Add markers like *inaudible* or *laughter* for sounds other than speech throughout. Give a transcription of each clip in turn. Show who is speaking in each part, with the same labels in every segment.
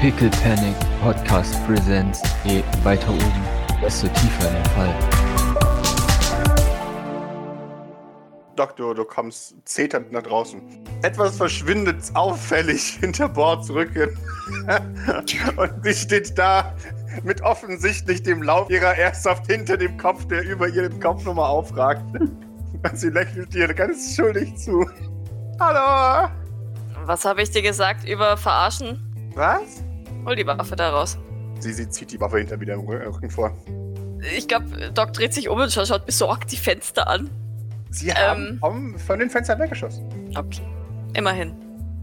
Speaker 1: Pickle Panic Podcast Presents.
Speaker 2: E
Speaker 1: Nee, weiter oben, desto tiefer in den Fall.
Speaker 3: Doktor, du kommst zeternd nach draußen. Etwas verschwindet auffällig *laughs* hinter Bords Rücken. Und sie steht da mit offensichtlich dem Lauf ihrer Airsoft hinter dem Kopf, der über ihrem Kopf nochmal aufragt. *laughs* Und sie lächelt dir ganz schuldig zu. Hallo!
Speaker 4: Was habe ich dir gesagt über Verarschen?
Speaker 3: Was?
Speaker 4: Hol die Waffe da raus.
Speaker 3: Sie, sie zieht die Waffe hinter wieder im Rü- Rücken vor.
Speaker 4: Ich glaube, Doc dreht sich um und scha- schaut besorgt die Fenster an.
Speaker 3: Sie haben
Speaker 4: Ähm.
Speaker 3: Tom von den Fenstern weggeschossen.
Speaker 4: Okay. Immerhin.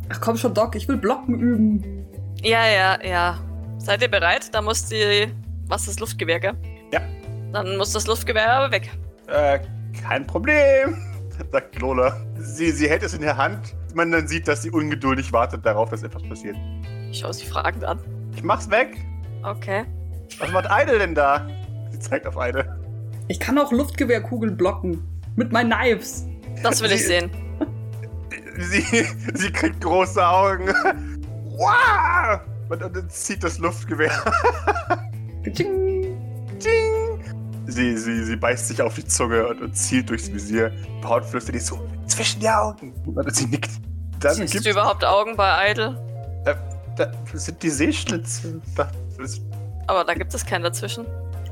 Speaker 5: Ach komm schon, Doc, ich will Blocken üben.
Speaker 4: Ja, ja, ja. Seid ihr bereit? Da muss die. Was das Luftgewehr, gell?
Speaker 3: Ja.
Speaker 4: Dann muss das Luftgewehr aber weg.
Speaker 3: Äh, kein Problem, *laughs* sagt Lola. Sie, sie hält es in der Hand. Man dann sieht, dass sie ungeduldig wartet darauf, dass etwas passiert.
Speaker 4: Ich schaue sie fragend an.
Speaker 3: Ich mach's weg.
Speaker 4: Okay.
Speaker 3: Was macht Idle denn da? Sie zeigt auf Idle.
Speaker 5: Ich kann auch Luftgewehrkugeln blocken. Mit meinen Knives.
Speaker 4: Das will ich
Speaker 3: Sie-
Speaker 4: sehen.
Speaker 3: Sie, *laughs* sie kriegt große Augen. *laughs* Wow! Und, und dann zieht das Luftgewehr. *laughs*
Speaker 5: Tsching.
Speaker 3: Ding! Sie, sie, sie beißt sich auf die Zunge und, und zielt durchs Visier. Paul flüstert ihr so zwischen die Augen. Und sie nickt. Dann
Speaker 4: Siehst
Speaker 3: gibt's,
Speaker 4: du überhaupt Augen bei Idle?
Speaker 3: da sind die Sehschlitze. Da, das,
Speaker 4: Aber da gibt es keinen dazwischen.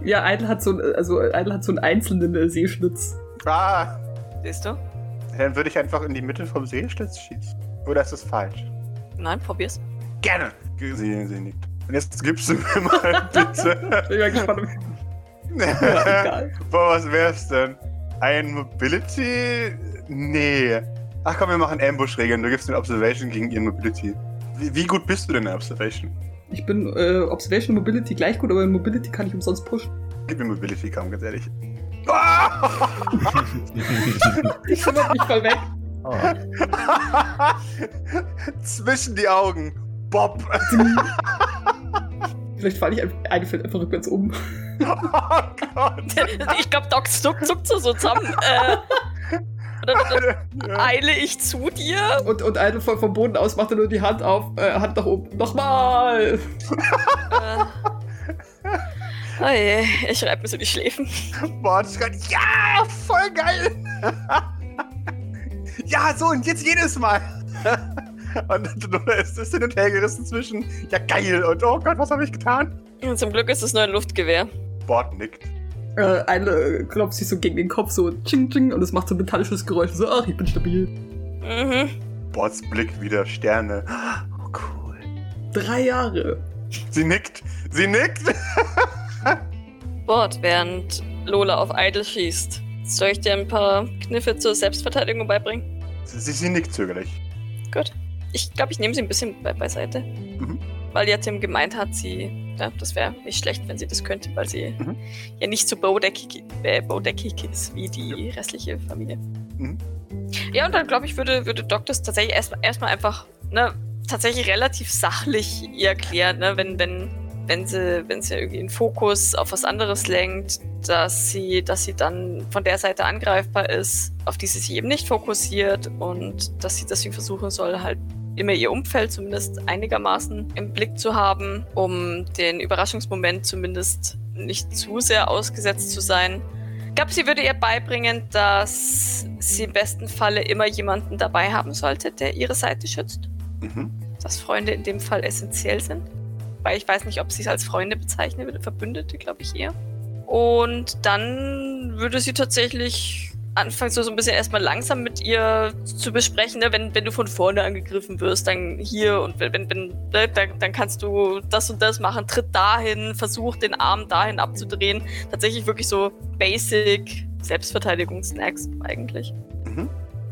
Speaker 5: Ja, Eitel hat so ein, also Eitel hat so einen einzelnen äh, Seeschnitz.
Speaker 3: ah!
Speaker 4: Siehst du?
Speaker 3: Dann würde ich einfach in die Mitte vom Seeschlitz schießen. Oder ist das falsch?
Speaker 4: Nein, probier's. *laughs*
Speaker 3: Gerne! Sie, sie nickt. Und jetzt gibst du mir *laughs* mal
Speaker 5: *laughs*
Speaker 3: bitte.
Speaker 5: Ich bin gespannt.
Speaker 3: *laughs*
Speaker 5: Ja, egal.
Speaker 3: Boah, was wär's denn? Ein Mobility? Nee. Ach komm, wir machen Ambush-Regeln. Du gibst mir Observation gegen ihren Mobility. Wie, wie gut bist du denn in Observation?
Speaker 5: Ich bin äh, Observation und Mobility gleich gut, aber in Mobility kann ich umsonst pushen.
Speaker 3: Gib mir Mobility, komm, ganz ehrlich. *laughs* Ah!
Speaker 5: Ich bin mich voll weg.
Speaker 1: *laughs* Oh,
Speaker 3: Zwischen die Augen. Bob. *laughs*
Speaker 5: Vielleicht falle ich einfach, eine fällt einfach rückwärts um.
Speaker 3: Oh
Speaker 4: *laughs*
Speaker 3: Gott.
Speaker 4: ich glaube, Doc zuckt, zuckt so so
Speaker 3: *laughs*
Speaker 4: zusammen. äh, und dann, dann eile ich zu dir.
Speaker 5: Und, und Eitel voll vom Boden aus macht er nur die Hand auf, äh, Hand nach oben. Nochmal!
Speaker 4: Äh. Oh je, ich reibe mir so die Schläfen.
Speaker 3: Boah, das kann, ja, voll geil. *laughs* ja, so und jetzt jedes Mal. *laughs* und Lola ist, ist hin und her gerissen zwischen, ja geil und oh Gott, was habe ich getan?
Speaker 4: Und zum Glück ist es nur ein Luftgewehr.
Speaker 3: Bord nickt.
Speaker 5: Äh, Eitel äh, klopft sich so gegen den Kopf so tsching tsching und es macht so ein metallisches Geräusch. So, ach, ich bin stabil.
Speaker 4: Mhm.
Speaker 3: Bords Blick wieder Sterne. *gasps* Oh, cool.
Speaker 5: Drei Jahre.
Speaker 3: Sie nickt, sie nickt. *laughs*
Speaker 4: Bord, während Lola auf Idle schießt. Soll ich dir ein paar Kniffe zur Selbstverteidigung beibringen?
Speaker 3: Sie, sie nickt zögerlich.
Speaker 4: Ich glaube, ich nehme sie ein bisschen be beiseite.
Speaker 3: Mhm.
Speaker 4: Weil ja Tim gemeint hat, sie. Ja, das wäre nicht schlecht, wenn sie das könnte, weil sie
Speaker 3: Mhm.
Speaker 4: ja nicht so bodeckig, äh, bodeckig ist wie die restliche Familie.
Speaker 3: Mhm.
Speaker 4: Ja, und dann glaube ich, würde, würde Doc das tatsächlich erstmal erstmal einfach, ne, tatsächlich relativ sachlich ihr erklären, ne, wenn, wenn, wenn sie, wenn sie irgendwie den Fokus auf was anderes lenkt, dass sie, dass sie dann von der Seite angreifbar ist, auf die sie sich eben nicht fokussiert und dass sie deswegen versuchen soll, halt immer ihr Umfeld zumindest einigermaßen im Blick zu haben, um den Überraschungsmoment zumindest nicht zu sehr ausgesetzt zu sein. Ich glaube, sie würde ihr beibringen, dass sie im besten Falle immer jemanden dabei haben sollte, der ihre Seite schützt.
Speaker 3: Mhm.
Speaker 4: Dass Freunde in dem Fall essentiell sind. Weil ich weiß nicht, ob sie es als Freunde bezeichnen würde, Verbündete, glaube ich eher. Und dann würde sie tatsächlich anfangen, so, so ein bisschen erstmal langsam mit ihr zu besprechen, ne? wenn, wenn du von vorne angegriffen wirst, dann hier und wenn, wenn, wenn ne? dann, dann kannst du das und das machen, tritt dahin, versuch den Arm dahin abzudrehen. Tatsächlich wirklich so basic Selbstverteidigungssnacks eigentlich.
Speaker 3: Mhm.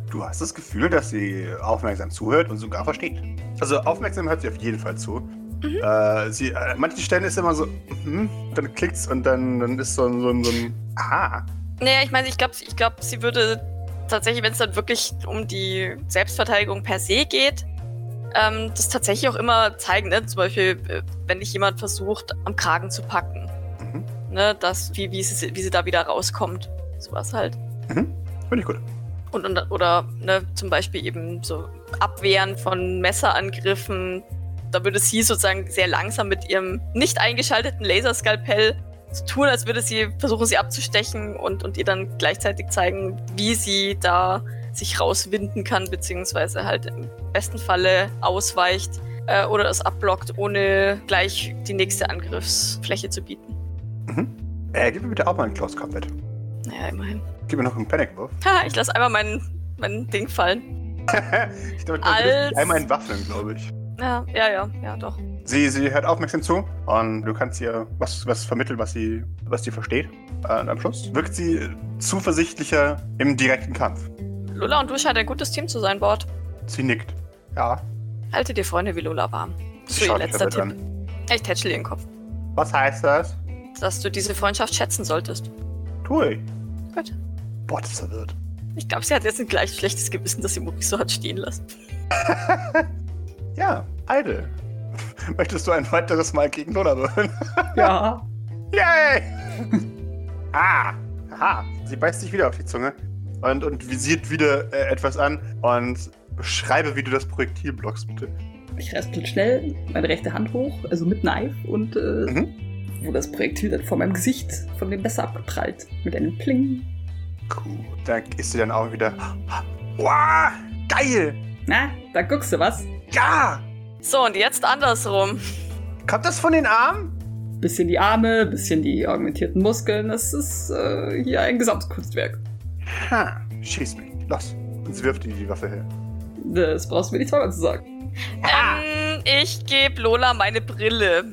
Speaker 3: Du hast das Gefühl, dass sie aufmerksam zuhört und sogar versteht. Also aufmerksam hört sie auf jeden Fall zu. Äh, sie, äh, an manchen Stellen ist immer so, mhm, dann klickt's und dann, dann ist so ein, so ein, so ein aha.
Speaker 4: Naja, ich meine, ich glaube, ich glaub, sie würde tatsächlich, wenn es dann wirklich um die Selbstverteidigung per se geht, ähm, das tatsächlich auch immer zeigen. Ne? Zum Beispiel, äh, wenn dich jemand versucht, am Kragen zu packen.
Speaker 3: Mhm.
Speaker 4: Ne? Das, wie, wie, sie, wie sie da wieder rauskommt. Sowas halt.
Speaker 3: mhm. Finde ich gut.
Speaker 4: Und, und, oder ne, zum Beispiel eben so Abwehren von Messerangriffen, da würde sie sozusagen sehr langsam mit ihrem nicht eingeschalteten Laserskalpell so tun, als würde sie versuchen, sie abzustechen und, und ihr dann gleichzeitig zeigen, wie sie da sich rauswinden kann, beziehungsweise halt im besten Falle ausweicht äh, oder es abblockt, ohne gleich die nächste Angriffsfläche zu bieten.
Speaker 3: Mhm. Äh, gib mir bitte auch mal einen Close Combat.
Speaker 4: Naja, immerhin. *laughs*
Speaker 3: Gib mir noch einen Panic-Wurf.
Speaker 4: Ha, ich lasse einmal mein, mein Ding fallen.
Speaker 3: Ich glaube, du würdest
Speaker 4: Als-
Speaker 3: dich einmal entwaffnen, glaube ich.
Speaker 4: Ja, ja, ja, ja, doch.
Speaker 3: Sie, sie hört aufmerksam zu und du kannst ihr was, was vermitteln, was sie, was sie versteht. Äh, und am Schluss wirkt sie zuversichtlicher im direkten Kampf.
Speaker 4: Lola und du scheint ein gutes Team zu sein, Bord.
Speaker 3: Sie nickt. Ja,
Speaker 4: Haltet ihr Freunde wie Lola warm. Das ist
Speaker 3: Schau
Speaker 4: ihr
Speaker 3: dich
Speaker 4: letzter
Speaker 3: damit
Speaker 4: Tipp.
Speaker 3: an.
Speaker 4: Ich tätschel ihren Kopf.
Speaker 3: Was heißt das?
Speaker 4: Dass du diese Freundschaft schätzen solltest.
Speaker 3: Tue ich.
Speaker 4: Gut.
Speaker 3: Boah, das ist verwirrt.
Speaker 4: Ich glaube, sie hat jetzt ein gleich schlechtes Gewissen, dass sie Muki so hat stehen lassen.
Speaker 3: Ja, Eidel. *laughs* Möchtest du ein weiteres Mal gegen Lola würfeln? *laughs*
Speaker 5: Ja.
Speaker 3: Yay! *laughs* ah! Aha! Sie beißt sich wieder auf die Zunge und, und visiert wieder äh, etwas an und beschreibe, wie du das Projektil blockst, bitte.
Speaker 5: *laughs* Ich raspel schnell meine rechte Hand hoch, also mit Knife und äh,
Speaker 3: Mhm.
Speaker 5: wo das Projektil dann vor meinem Gesicht von dem Messer abgeprallt. Mit einem Pling.
Speaker 3: Cool. Da ist sie dann auch wieder. *gasps* Wow! Geil!
Speaker 5: Na, da guckst du was.
Speaker 3: Ja!
Speaker 4: So, und jetzt andersrum.
Speaker 3: Kommt das von den Armen?
Speaker 5: Bisschen die Arme, bisschen die augmentierten Muskeln. Das ist äh, hier ein Gesamtkunstwerk.
Speaker 3: Ha! Schieß mich. Los! Und sie wirft ihm die Waffe her.
Speaker 5: Das brauchst du mir nicht zweimal zu sagen.
Speaker 4: Ähm, ich gebe Lola meine Brille.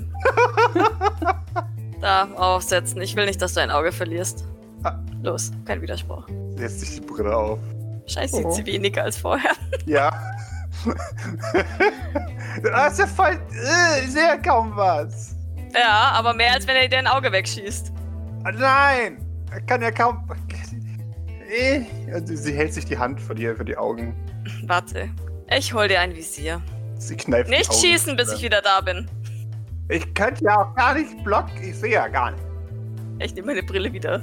Speaker 4: da, aufsetzen. Ich will nicht, dass du ein Auge verlierst.
Speaker 3: Ah.
Speaker 4: Los, kein Widerspruch.
Speaker 3: Sie setzt sich die Brille auf.
Speaker 4: Scheiße,
Speaker 5: Oh.
Speaker 4: sieht sie weniger als vorher. *laughs*
Speaker 3: Ja. *laughs* das ist ja voll. Äh, ich sehe ja kaum was.
Speaker 4: Ja, aber mehr als wenn er dir ein Auge wegschießt.
Speaker 3: Ah, Nein! Er kann ja kaum. Eh. Also sie hält sich die Hand vor dir, vor die Augen.
Speaker 4: Warte. Ich hol dir ein Visier.
Speaker 3: Sie kneift die
Speaker 4: Nicht
Speaker 3: Augen.
Speaker 4: schießen, bis ich wieder da bin.
Speaker 3: Ich könnte ja auch gar nicht blocken. Ich sehe ja gar nicht.
Speaker 4: Ich nehme meine Brille wieder,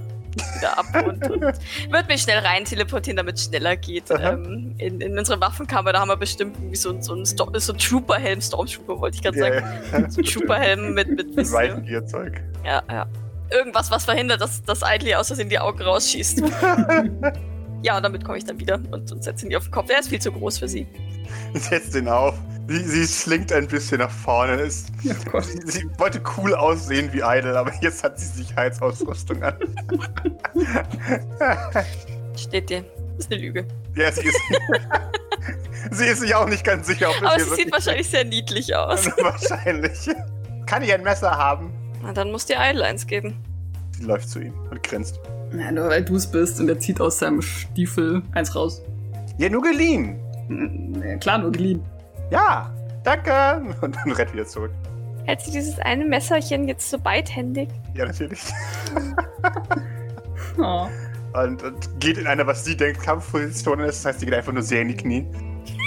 Speaker 4: wieder ab und, und würde mich schnell rein teleportieren, damit es schneller geht.
Speaker 3: Aha.
Speaker 4: Ähm, in, in unsere Waffenkammer, da haben wir bestimmt irgendwie so, ein- so einen Sto so ein Trooperhelm, Stormtrooper wollte ich gerade sagen.
Speaker 3: *laughs*
Speaker 4: So ein Trooperhelm mit, mit
Speaker 3: Right
Speaker 4: Visier.
Speaker 3: Gear Zeug.
Speaker 4: Ja, ja. Irgendwas, was verhindert, dass, dass Idley aus Versehen die
Speaker 3: *laughs*
Speaker 4: Augen rausschießt. ja, und damit komme ich dann wieder und, und setze ihn ihr auf den Kopf. Er ist viel zu groß für sie.
Speaker 3: Setzt den auf. Sie, sie schlingt ein bisschen nach vorne. Ist,
Speaker 5: Ja, oh Gott.
Speaker 3: sie, sie wollte cool aussehen wie Idol, aber jetzt hat sie Sicherheitsausrüstung an.
Speaker 4: Steht dir. Ist eine Lüge.
Speaker 3: Ja, sie
Speaker 4: *laughs*
Speaker 3: ist, sie ist sich auch nicht ganz sicher, ob es
Speaker 4: Aber
Speaker 3: hier
Speaker 4: sie sieht
Speaker 3: wirklich-
Speaker 4: wahrscheinlich sehr niedlich aus.
Speaker 3: *laughs* wahrscheinlich. Kann ich ein Messer haben?
Speaker 4: Na, dann muss dir Eyelines geben.
Speaker 3: Sie läuft zu ihm und grinst.
Speaker 5: Na, nur weil du es bist und er zieht aus seinem Stiefel eins raus.
Speaker 3: Ja, nur geliehen.
Speaker 5: Hm, na Klar, nur geliehen.
Speaker 3: Ja, danke. Und dann rennt wieder zurück.
Speaker 4: Hält sie dieses eine Messerchen jetzt so beidhändig?
Speaker 3: Ja, natürlich.
Speaker 5: Oh.
Speaker 3: Und, und geht in eine, was sie denkt, Kampfposition ist. Das heißt, sie geht einfach nur sehr in die Knie.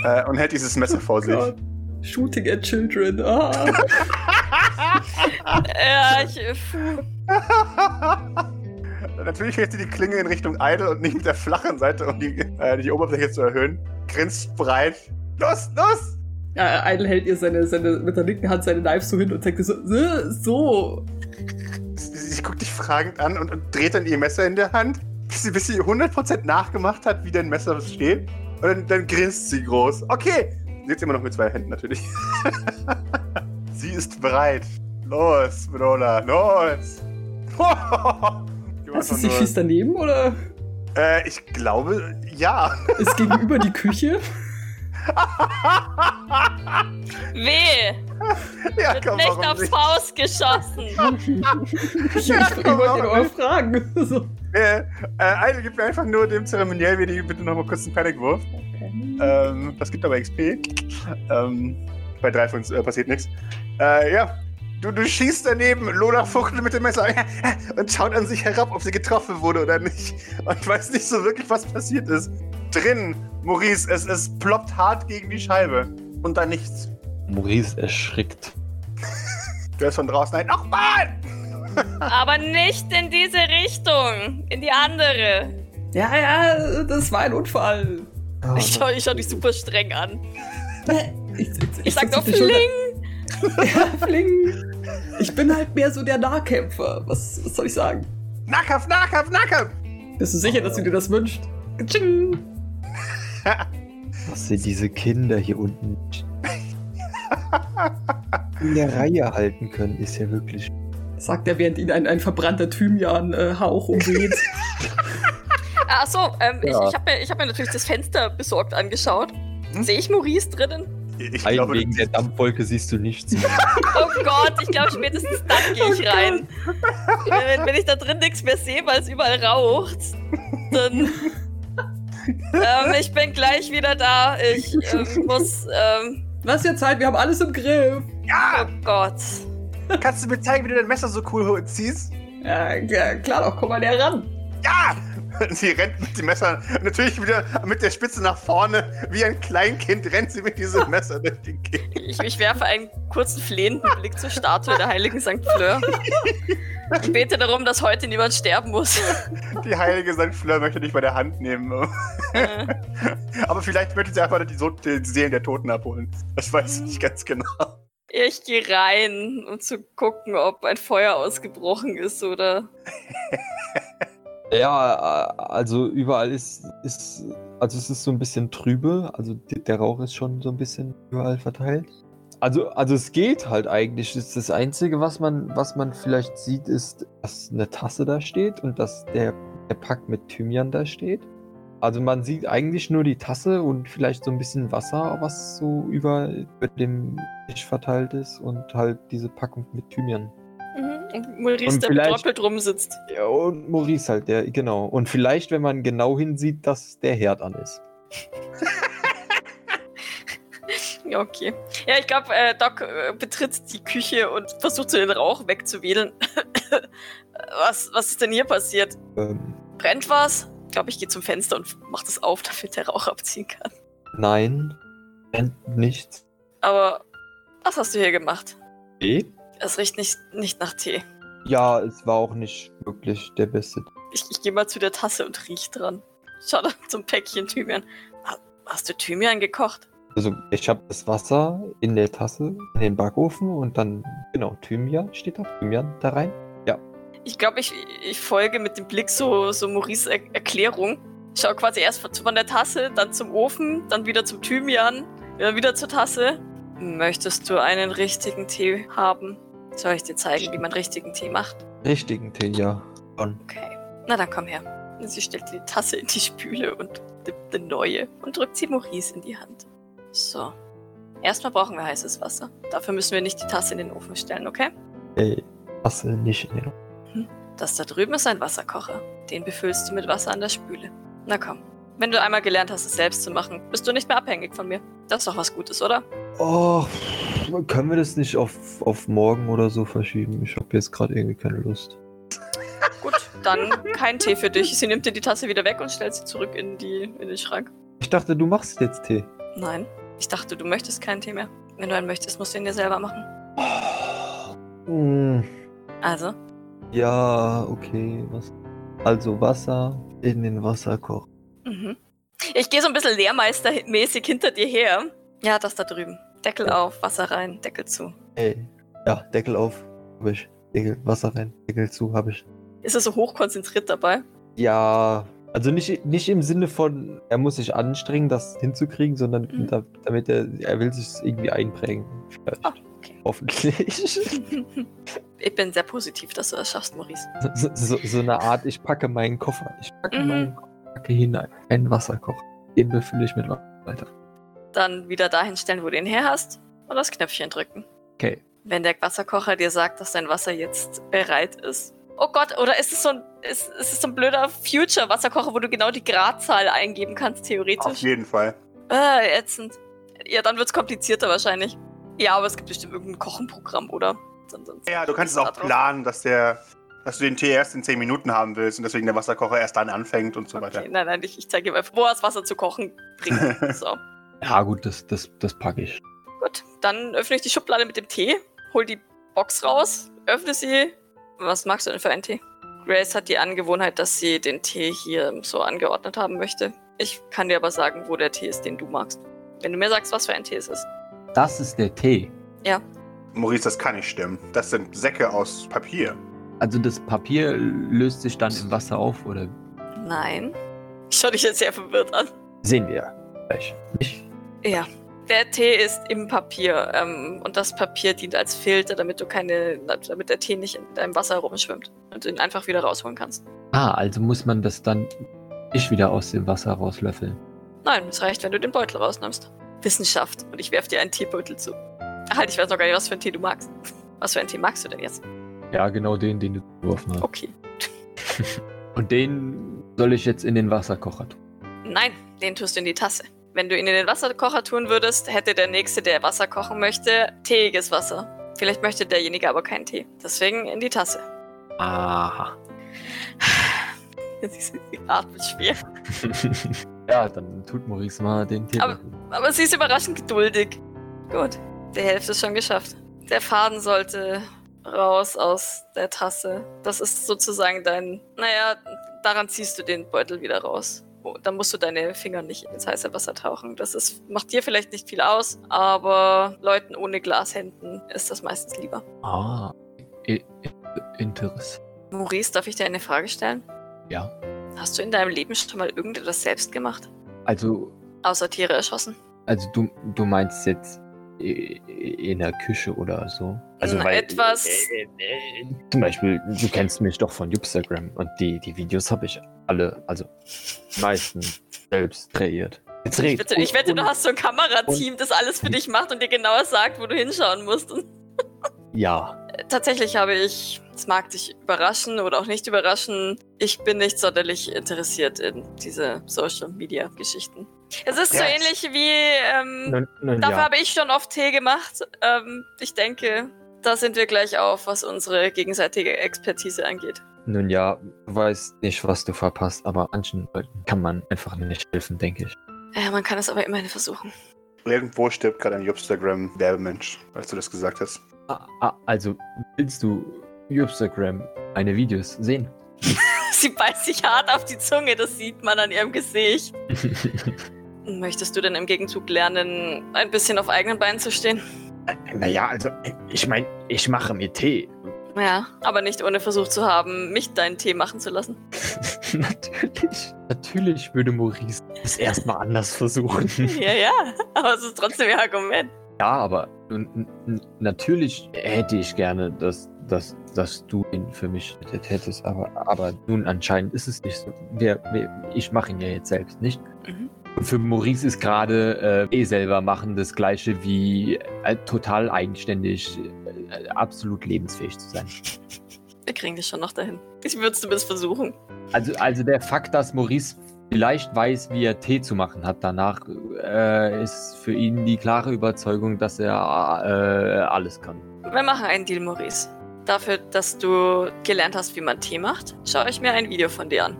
Speaker 3: Äh, und hält dieses Messer
Speaker 4: Oh
Speaker 3: vor sich.
Speaker 5: Gott. Shooting at Children. Ah.
Speaker 4: Ja, ich. äh, Puh.
Speaker 3: Natürlich hält sie die Klinge in Richtung Idle und nicht mit der flachen Seite, um die, äh, die Oberfläche zu erhöhen. Grinst breit. Los, los!
Speaker 5: ja, Idle hält ihr seine, seine, mit der linken Hand seine Knife so hin und zeigt ihr so, "So, so.
Speaker 3: Sie, sie guckt dich fragend an und, und dreht dann ihr Messer in der Hand, bis sie, bis sie 100% nachgemacht hat, wie dein Messer steht. Und dann, dann grinst sie groß. Okay! Jetzt immer noch mit zwei Händen natürlich. *laughs* sie ist bereit. Los, Bruder, los! *laughs*
Speaker 5: Was ist sie schießt daneben oder
Speaker 3: äh, ich glaube, ja. *laughs*
Speaker 5: ist gegenüber die Küche?
Speaker 4: *laughs* Weh!
Speaker 3: ja
Speaker 4: Wird nicht aufs Haus geschossen!
Speaker 5: Ich, ich, ich wollte ihr nur fragen. So.
Speaker 3: Äh, äh, Eile, gib mir einfach nur dem zeremoniell wenige bitte nochmal kurz einen Panikwurf. Ähm, das gibt aber XP. Ähm, bei drei von uns äh, passiert nichts. Äh, ja. Du, du schießt daneben, Lola fuchtelt mit dem Messer *laughs* und schaut an sich herab, ob sie getroffen wurde oder nicht. Und weiß nicht so wirklich, was passiert ist. Drin, Maurice, es, es ploppt hart gegen die Scheibe. Und dann nichts.
Speaker 1: Maurice erschrickt.
Speaker 3: *laughs* Du hörst von draußen ein, nochmal!
Speaker 4: Aber nicht in diese Richtung! In die andere!
Speaker 5: Ja, ja, das war ein Unfall.
Speaker 4: Ah. Ich schau, ich schau dich super streng an.
Speaker 5: Ich, ich,
Speaker 4: Äh, Ich sag
Speaker 5: sag
Speaker 4: doch
Speaker 5: auf die Schulter.
Speaker 4: Fling!
Speaker 5: Ja, Fling. Ich bin halt mehr so der Nahkämpfer. Was, was soll ich sagen?
Speaker 3: Nahkampf, Nahkampf, Nahkampf!
Speaker 5: Bist du sicher, dass du dir das wünschst? Katsching.
Speaker 1: Was sind diese Kinder hier unten nicht in der Reihe halten können, ist ja wirklich.
Speaker 5: Sagt er, während ihn ein, ein verbrannter
Speaker 4: *laughs*
Speaker 5: Thymian-Hauch umweht.
Speaker 4: Ah, Ach so, ähm,
Speaker 1: Ja.
Speaker 4: ich, ich habe mir, ich hab mir natürlich das Fenster besorgt angeschaut. Sehe ich Maurice drinnen?
Speaker 3: Ich
Speaker 1: Ein
Speaker 3: glaube,
Speaker 1: wegen der Dampfwolke siehst du nichts. mehr.
Speaker 4: Oh Gott, ich glaube, spätestens dann gehe ich rein. Wenn, wenn ich da drin nichts mehr sehe, weil es überall raucht, dann. *laughs* ähm, ich bin gleich wieder da. Ich ähm, muss. Ähm,
Speaker 5: Lass dir Zeit, wir haben alles im Griff.
Speaker 4: oh Gott.
Speaker 3: kannst du mir zeigen, wie du dein Messer so cool ziehst?
Speaker 5: Ja, ja, klar doch, komm mal näher ran.
Speaker 3: Ja! *laughs* Sie rennt mit dem Messer natürlich wieder mit der Spitze nach vorne. Wie ein Kleinkind rennt sie mit *laughs* diesem Messer durch die Gegend.
Speaker 4: Ich, ich werfe einen kurzen flehenden Blick zur Statue der heiligen St. Fleur. Ich bete darum, dass heute niemand sterben muss. *laughs*
Speaker 3: Die heilige St. Fleur möchte dich bei der Hand nehmen. *laughs*
Speaker 4: Äh,
Speaker 3: Aber vielleicht möchte sie einfach die, so die Seelen der Toten abholen. Das weiß ich nicht ganz genau.
Speaker 4: Ich gehe rein, um zu gucken, ob ein Feuer ausgebrochen ist oder.
Speaker 1: Ja, äh, also überall ist, ist, also es ist so ein bisschen trübe, also d- der Rauch ist schon so ein bisschen überall verteilt. Also, also es geht halt eigentlich. Das, ist das Einzige, was man, was man vielleicht sieht, ist, dass eine Tasse da steht und dass der, der Pack mit Thymian da steht. Also man sieht eigentlich nur die Tasse und vielleicht so ein bisschen Wasser, was so über, über dem Tisch verteilt ist und halt diese Packung mit Thymian.
Speaker 4: Und Maurice,
Speaker 1: Und
Speaker 4: der
Speaker 1: vielleicht-
Speaker 4: betroppelt rumsitzt.
Speaker 1: Ja, und Maurice halt, der, genau. Und vielleicht, wenn man genau hinsieht, dass der Herd an ist.
Speaker 4: Ja, okay. Ja, ich glaube, äh, Doc äh, betritt die Küche und versucht so den Rauch wegzuwedeln. *laughs* was, was ist denn hier passiert?
Speaker 1: Ähm,
Speaker 4: Brennt was? Ich glaube, ich gehe zum Fenster und mach das auf, damit der Rauch abziehen kann.
Speaker 1: nein, brennt nichts.
Speaker 4: Aber was hast du hier gemacht?
Speaker 1: Tee?
Speaker 4: Es riecht nicht, nicht nach Tee.
Speaker 1: Ja, es war auch nicht wirklich der beste.
Speaker 4: Ich, ich gehe mal zu der Tasse und riech dran. Schau da zum Päckchen Thymian. Ha- Hast du Thymian gekocht?
Speaker 1: Also, ich habe das Wasser in der Tasse, in den Backofen und dann, genau, Thymian steht da, Thymian da rein.
Speaker 4: Ich glaube, ich, ich folge mit dem Blick so, so Maurice er Erklärung. Schau quasi erst von- von der Tasse, dann zum Ofen, dann wieder zum Thymian, dann wieder zur Tasse. Möchtest du einen richtigen Tee haben? Soll ich dir zeigen, wie man richtigen Tee macht?
Speaker 1: Richtigen Tee, ja.
Speaker 4: Okay. Na dann komm her. Und Sie stellt die Tasse in die Spüle und nimmt eine neue und drückt sie Maurice in die Hand. So. Erstmal brauchen wir heißes Wasser. Dafür müssen wir nicht die Tasse in den Ofen stellen, okay?
Speaker 1: Ey, Tasse nicht in den
Speaker 4: Das da drüben ist ein Wasserkocher. Den befüllst du mit Wasser an der Spüle. Na komm. Wenn du einmal gelernt hast, es selbst zu machen, bist du nicht mehr abhängig von mir. Das ist doch was Gutes, oder?
Speaker 1: Oh, können wir das nicht auf, auf morgen oder so verschieben? Ich habe jetzt gerade irgendwie keine Lust.
Speaker 4: Gut, dann kein Tee für dich. Sie nimmt dir die Tasse wieder weg und stellt sie zurück in, die, in den Schrank.
Speaker 1: Ich dachte, du machst jetzt Tee.
Speaker 4: Nein. Ich dachte, du möchtest keinen Tee mehr. Wenn du einen möchtest, musst du ihn dir selber machen.
Speaker 1: Mm.
Speaker 4: Also,
Speaker 1: Ja, okay. Was? Also Wasser in den Wasserkocher.
Speaker 4: Mhm. Ich gehe so ein bisschen lehrmeistermäßig hinter dir her. Ja, das da drüben. Deckel auf, Wasser rein, Deckel zu.
Speaker 1: Ey. Ja, Deckel auf. Hab ich. Deckel, Wasser rein. Deckel zu, hab ich.
Speaker 4: Ist er so hochkonzentriert dabei?
Speaker 1: Ja. Also nicht, nicht im Sinne von, er muss sich anstrengen, das hinzukriegen, sondern
Speaker 4: Mhm.
Speaker 1: da, damit er, er will sich irgendwie einprägen. Vielleicht.
Speaker 4: Ah, okay.
Speaker 1: Hoffentlich. *laughs*
Speaker 4: ich bin sehr positiv, dass du das schaffst, Maurice.
Speaker 1: so, so, so eine Art, ich packe meinen Koffer. Ich packe
Speaker 4: Mhm.
Speaker 1: meinen Koffer packe hinein. Einen Wasserkocher. Den befülle ich mit Wasser weiter.
Speaker 4: Dann wieder dahin stellen, wo du ihn her hast und das Knöpfchen drücken.
Speaker 1: Okay.
Speaker 4: Wenn der Wasserkocher dir sagt, dass dein Wasser jetzt bereit ist. Oh Gott, oder ist es so ein, ist, ist es so ein blöder Future-Wasserkocher, wo du genau die Gradzahl eingeben kannst,
Speaker 3: Auf
Speaker 4: theoretisch?
Speaker 3: jeden Fall.
Speaker 4: Äh, ätzend. Ja, dann wird's komplizierter wahrscheinlich. Ja, aber es gibt bestimmt irgendein Kochenprogramm, oder? Dann- dann-
Speaker 3: Ja, du kannst es auch
Speaker 4: da drauf.
Speaker 3: planen, dass der, dass du den Tee erst in 10 Minuten haben willst und deswegen der Wasserkocher erst dann anfängt und so
Speaker 4: Okay, nein, nein, ich, ich zeige ihm einfach, wo er das Wasser zu kochen
Speaker 3: *laughs*
Speaker 4: bringt. so,
Speaker 1: Ja gut, das, das, das packe ich.
Speaker 4: gut. Dann öffne ich die Schublade mit dem Tee, hol die Box raus, öffne sie. Was magst du denn für einen Tee? Grace hat die Angewohnheit, dass sie den Tee hier so angeordnet haben möchte. Ich kann dir aber sagen, wo der Tee ist, den du magst. Wenn du mir sagst, was für ein Tee es ist.
Speaker 1: Das ist der Tee.
Speaker 4: Ja.
Speaker 3: Maurice, das kann nicht stimmen. Das sind Säcke aus Papier.
Speaker 2: Also das Papier löst sich dann im Wasser auf, oder?
Speaker 4: Nein. Ich schau dich jetzt sehr verwirrt an.
Speaker 2: Sehen wir. Gleich. Nicht?
Speaker 4: Ja. Der Tee ist im Papier ähm, und das Papier dient als Filter, damit du keine, damit der Tee nicht in deinem Wasser rumschwimmt und du ihn einfach wieder rausholen kannst.
Speaker 2: Ah, also muss man das dann nicht wieder aus dem Wasser rauslöffeln.
Speaker 4: Nein, es reicht, wenn du den Beutel rausnimmst. Wissenschaft. Und ich werf dir einen Teebeutel zu. Ach, halt, ich weiß noch gar nicht, was für einen Tee du magst. Was für einen Tee magst du denn jetzt?
Speaker 1: Ja, genau den, den du geworfen hast.
Speaker 4: Okay.
Speaker 2: Und den soll ich jetzt in den Wasserkocher tun.
Speaker 4: Nein, den tust du in die Tasse. Wenn du ihn in den Wasserkocher tun würdest, hätte der Nächste, der Wasser kochen möchte, teeiges Wasser. Vielleicht möchte derjenige aber keinen Tee. Deswegen in die Tasse. *laughs*
Speaker 2: Aha.
Speaker 4: Jetzt ist sie atmet schwer.
Speaker 1: Ja, dann tut Maurice mal den Tee.
Speaker 4: Aber- Aber sie ist überraschend geduldig. Gut, die Hälfte ist schon geschafft. Der Faden sollte raus aus der Tasse. Das ist sozusagen dein. Naja, daran ziehst du den Beutel wieder raus. Oh, Dann musst du deine Finger nicht ins heiße Wasser tauchen. Das ist, macht dir vielleicht nicht viel aus, aber Leuten ohne Glashänden ist das meistens lieber.
Speaker 2: Ah. i- i- Interessant.
Speaker 4: Maurice, darf ich dir eine Frage stellen?
Speaker 2: Ja.
Speaker 4: Hast du in deinem Leben schon mal irgendetwas selbst gemacht?
Speaker 2: Also,
Speaker 4: Außer Tiere erschossen?
Speaker 2: also du, du meinst jetzt i- i- in der Küche oder so? Also
Speaker 4: Na, etwas-
Speaker 2: äh, äh, zum Beispiel, du kennst mich doch von Instagram und die, die Videos habe ich alle, also die meisten selbst kreiert. Jetzt
Speaker 4: Ich wette,
Speaker 2: um
Speaker 4: ich wette du hast so ein Kamerateam, das alles für dich macht und dir genauer sagt, wo du hinschauen musst. Und
Speaker 2: Ja.
Speaker 4: tatsächlich habe ich, es mag dich überraschen oder auch nicht überraschen, ich bin nicht sonderlich interessiert in diese Social-Media-Geschichten. Es ist so
Speaker 3: Ja.
Speaker 4: ähnlich wie, ähm,
Speaker 2: Nun, nun,
Speaker 4: dafür
Speaker 2: ja.
Speaker 4: habe ich schon oft Tee gemacht. Ähm, ich denke, da sind wir gleich auf, was unsere gegenseitige Expertise angeht.
Speaker 2: nun ja, du weißt nicht, was du verpasst, aber manchen Leuten kann man einfach nicht helfen, denke ich.
Speaker 4: Ja, Äh, man kann es aber immerhin versuchen.
Speaker 3: Irgendwo stirbt gerade ein Instagram-Werbemensch, als du das gesagt hast.
Speaker 2: Ah, ah, also, willst du Instagram meine Videos sehen?
Speaker 4: Sie beißt sich hart auf die Zunge, das sieht man an ihrem Gesicht.
Speaker 2: *laughs*
Speaker 4: Möchtest du denn im Gegenzug lernen, ein bisschen auf eigenen Beinen zu stehen?
Speaker 2: naja, also, ich meine, ich mache mir Tee.
Speaker 4: Ja, aber nicht ohne Versuch zu haben, mich deinen Tee machen zu
Speaker 2: *laughs*
Speaker 4: lassen.
Speaker 2: natürlich. Natürlich würde Maurice es erstmal anders versuchen.
Speaker 4: *laughs* ja, ja, aber es ist trotzdem ihr Argument.
Speaker 2: ja, aber n- n- natürlich hätte ich gerne, dass, dass, dass du ihn für mich gerettet hättest, aber, aber nun anscheinend ist es nicht so. Wir, wir, ich mache ihn ja jetzt selbst nicht.
Speaker 4: Mhm.
Speaker 2: Und für Maurice ist gerade äh, eh selber machen das Gleiche wie äh, total eigenständig, äh, absolut lebensfähig zu sein.
Speaker 4: Wir kriegen dich schon noch dahin. Ich würde es zumindest versuchen.
Speaker 2: Also, also der Fakt, dass Maurice vielleicht weiß, wie er Tee zu machen hat danach, äh, ist für ihn die klare Überzeugung, dass er äh, alles kann.
Speaker 4: Wir machen einen Deal, Maurice. Dafür, dass du gelernt hast, wie man Tee macht, schaue ich mir ein Video von dir an.